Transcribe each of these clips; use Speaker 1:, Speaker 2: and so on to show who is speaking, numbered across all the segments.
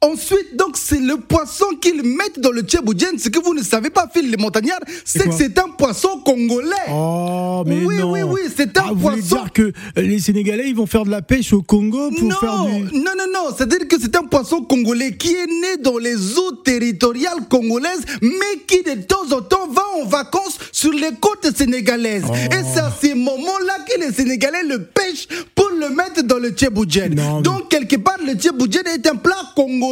Speaker 1: Ensuite, donc, c'est le poisson qu'ils mettent dans le tchéboudjen. Ce que vous ne savez pas, Phil, les montagnards, c'est que
Speaker 2: quoi
Speaker 1: c'est un poisson congolais.
Speaker 2: Oh, mais
Speaker 1: Oui,
Speaker 2: non.
Speaker 1: oui, oui, c'est un
Speaker 2: Ah, Vous voulez
Speaker 1: poisson.
Speaker 2: dire que les Sénégalais, ils vont faire de la pêche au Congo pour
Speaker 1: non,
Speaker 2: faire du...
Speaker 1: non, non, non, c'est-à-dire que c'est un poisson congolais qui est né dans les eaux territoriales congolaises, mais qui de temps en temps va en vacances sur les côtes sénégalaises.
Speaker 2: Oh.
Speaker 1: Et c'est à ces moments-là que les Sénégalais le pêchent pour le mettre dans le tchéboudjen.
Speaker 2: Non, mais-
Speaker 1: Donc, quelque part, le tchéboudjen est un plat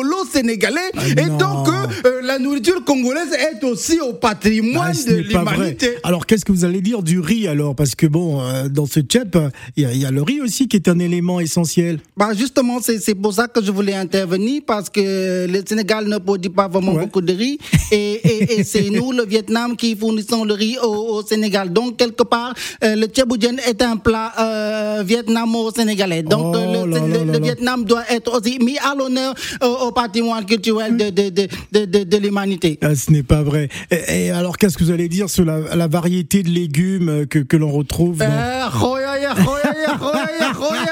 Speaker 1: congolo-sénégalais, et
Speaker 2: Ah non.
Speaker 1: donc euh, euh, la nourriture congolaise est aussi au patrimoine
Speaker 2: Ah, ce
Speaker 1: de
Speaker 2: n'est pas vrai.
Speaker 1: l'humanité.
Speaker 2: Alors qu'est-ce que vous allez dire du riz alors Parce que bon, euh, dans ce tchèp, euh, il y, a- il y a le riz aussi qui est un élément essentiel.
Speaker 1: Bah justement, c'est c'est pour ça que je voulais intervenir parce que le Sénégal ne produit pas vraiment
Speaker 2: Ouais.
Speaker 1: beaucoup de riz et, et, et c'est nous, le Vietnam, qui fournissons le riz au, au Sénégal. Donc, quelque part, euh, le tchéboudjen est un plat euh, vietnamo-sénégalais. Donc,
Speaker 2: Oh
Speaker 1: euh, le,
Speaker 2: là
Speaker 1: le-
Speaker 2: là
Speaker 1: le
Speaker 2: là là.
Speaker 1: Vietnam doit être aussi mis à l'honneur euh, au patrimoine culturel de, de, de, de, de, de l'humanité.
Speaker 2: Ah, ce n'est pas vrai. Et, et alors qu'est-ce que vous allez dire sur la, la variété de légumes euh, que, que l'on retrouve dans-
Speaker 1: Euh, khoya, khoya, khoya, khoya, khoya.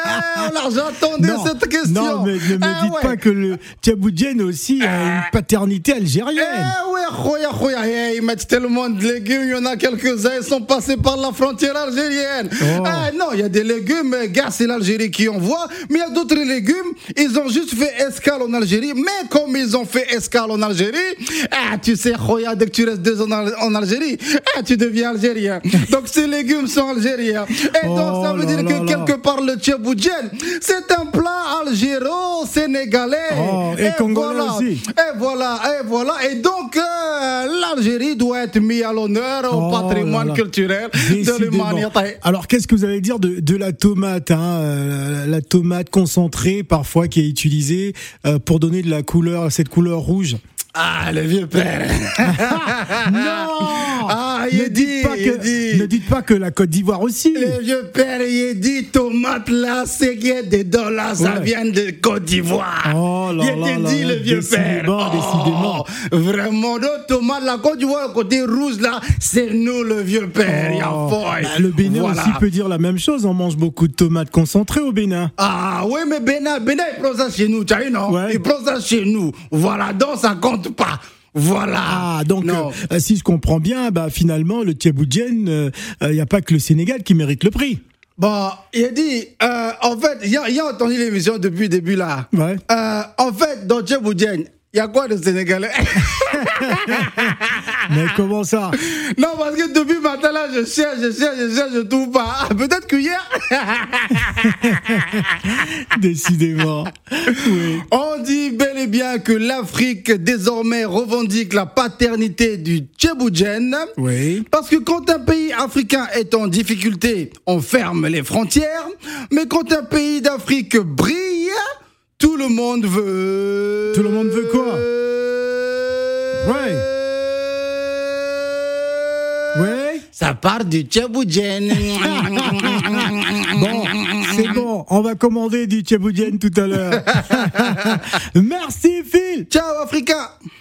Speaker 1: On a déjà entendu cette question.
Speaker 2: non, mais ne me
Speaker 1: Ah
Speaker 2: dites
Speaker 1: ouais. Ah.
Speaker 2: pas que le Tchaboudjen aussi a une paternité algérienne.
Speaker 1: Eh ouais, khoya, khoya, eh, ils mettent tellement de légumes, il y en a quelques-uns, ils sont passés par la frontière algérienne.
Speaker 2: Oh.
Speaker 1: Ah non, il y a des légumes, eh, gars, c'est l'Algérie qui envoie, mais il y a d'autres légumes, ils ont juste fait escale en Algérie, mais comme ils ont fait escale en Algérie, ah, tu sais, khoya, dès que tu restes deux ans en Al- en Algérie, ah, tu deviens algérien. donc ces légumes sont algériens. Et donc ça
Speaker 2: Oh
Speaker 1: veut
Speaker 2: là
Speaker 1: dire
Speaker 2: là
Speaker 1: que
Speaker 2: là.
Speaker 1: quelque part le tchéboudjen, c'est un plat algéro-sénégalais.
Speaker 2: Oh, et congolais
Speaker 1: voilà.
Speaker 2: aussi.
Speaker 1: Et voilà, et voilà. Et donc, euh, l'Algérie doit être mise à l'honneur au
Speaker 2: Oh
Speaker 1: patrimoine
Speaker 2: là là.
Speaker 1: culturel de
Speaker 2: Décidément.
Speaker 1: l'humanité.
Speaker 2: Alors, qu'est-ce que vous allez dire de, de la tomate hein, euh, La tomate concentrée, parfois, qui est utilisée euh, pour donner de la couleur, cette couleur rouge.
Speaker 1: Ah, le vieux père.
Speaker 2: Non
Speaker 1: Ah, il
Speaker 2: Ah, ne, dites
Speaker 1: dit,
Speaker 2: pas
Speaker 1: il
Speaker 2: que,
Speaker 1: dit.
Speaker 2: ne dites pas que la Côte d'Ivoire aussi.
Speaker 1: Le vieux père, il dit tomate là, c'est qu'il y a des dollars, ça
Speaker 2: Ouais.
Speaker 1: vient de Côte d'Ivoire.
Speaker 2: Oh là
Speaker 1: il
Speaker 2: là
Speaker 1: était
Speaker 2: là
Speaker 1: dit,
Speaker 2: là,
Speaker 1: le vieux père. Oh,
Speaker 2: décidément, décidément.
Speaker 1: Vraiment, le tomate, la Côte d'Ivoire, le côté rouge là, c'est nous, le vieux père. il y a
Speaker 2: Oh,
Speaker 1: foi.
Speaker 2: bah, le Bénin
Speaker 1: Voilà.
Speaker 2: aussi peut dire la même chose. On mange beaucoup de tomates concentrées au Bénin.
Speaker 1: Ah oui, mais Bénin, Bénin, il prend ça chez nous, tu as vu, non
Speaker 2: Ouais.
Speaker 1: Il prend ça chez nous. Voilà, donc ça compte pas. Voilà.
Speaker 2: Ah, donc
Speaker 1: non.
Speaker 2: euh, si je comprends bien, bah, finalement, le Tchaboudjen, il n'y a pas que le Sénégal qui mérite le prix.
Speaker 1: Bon, il a dit, euh, en fait, il a, il a entendu l'émission depuis le début là.
Speaker 2: Ouais.
Speaker 1: Euh, en fait, dans Djibouti, il y a quoi de Sénégalais
Speaker 2: Mais comment ça
Speaker 1: Non, parce que depuis matin là, je cherche, je cherche, je cherche, je trouve pas. Ah, Peut-être qu'hier,
Speaker 2: Décidément. Oui.
Speaker 1: on dit bel et bien que l'Afrique désormais revendique la paternité du Tchéboudjen.
Speaker 2: Oui.
Speaker 1: Parce que quand un pays africain est en difficulté, on ferme les frontières. Mais quand un pays d'Afrique brille, tout le monde veut.
Speaker 2: Tout le monde veut quoi Ouais. Ouais.
Speaker 1: Ça part du Tchéboudjen.
Speaker 2: Bon, c'est bon, on va commander du Tchéboudjen tout à l'heure. Merci Phil
Speaker 1: Ciao, Africa!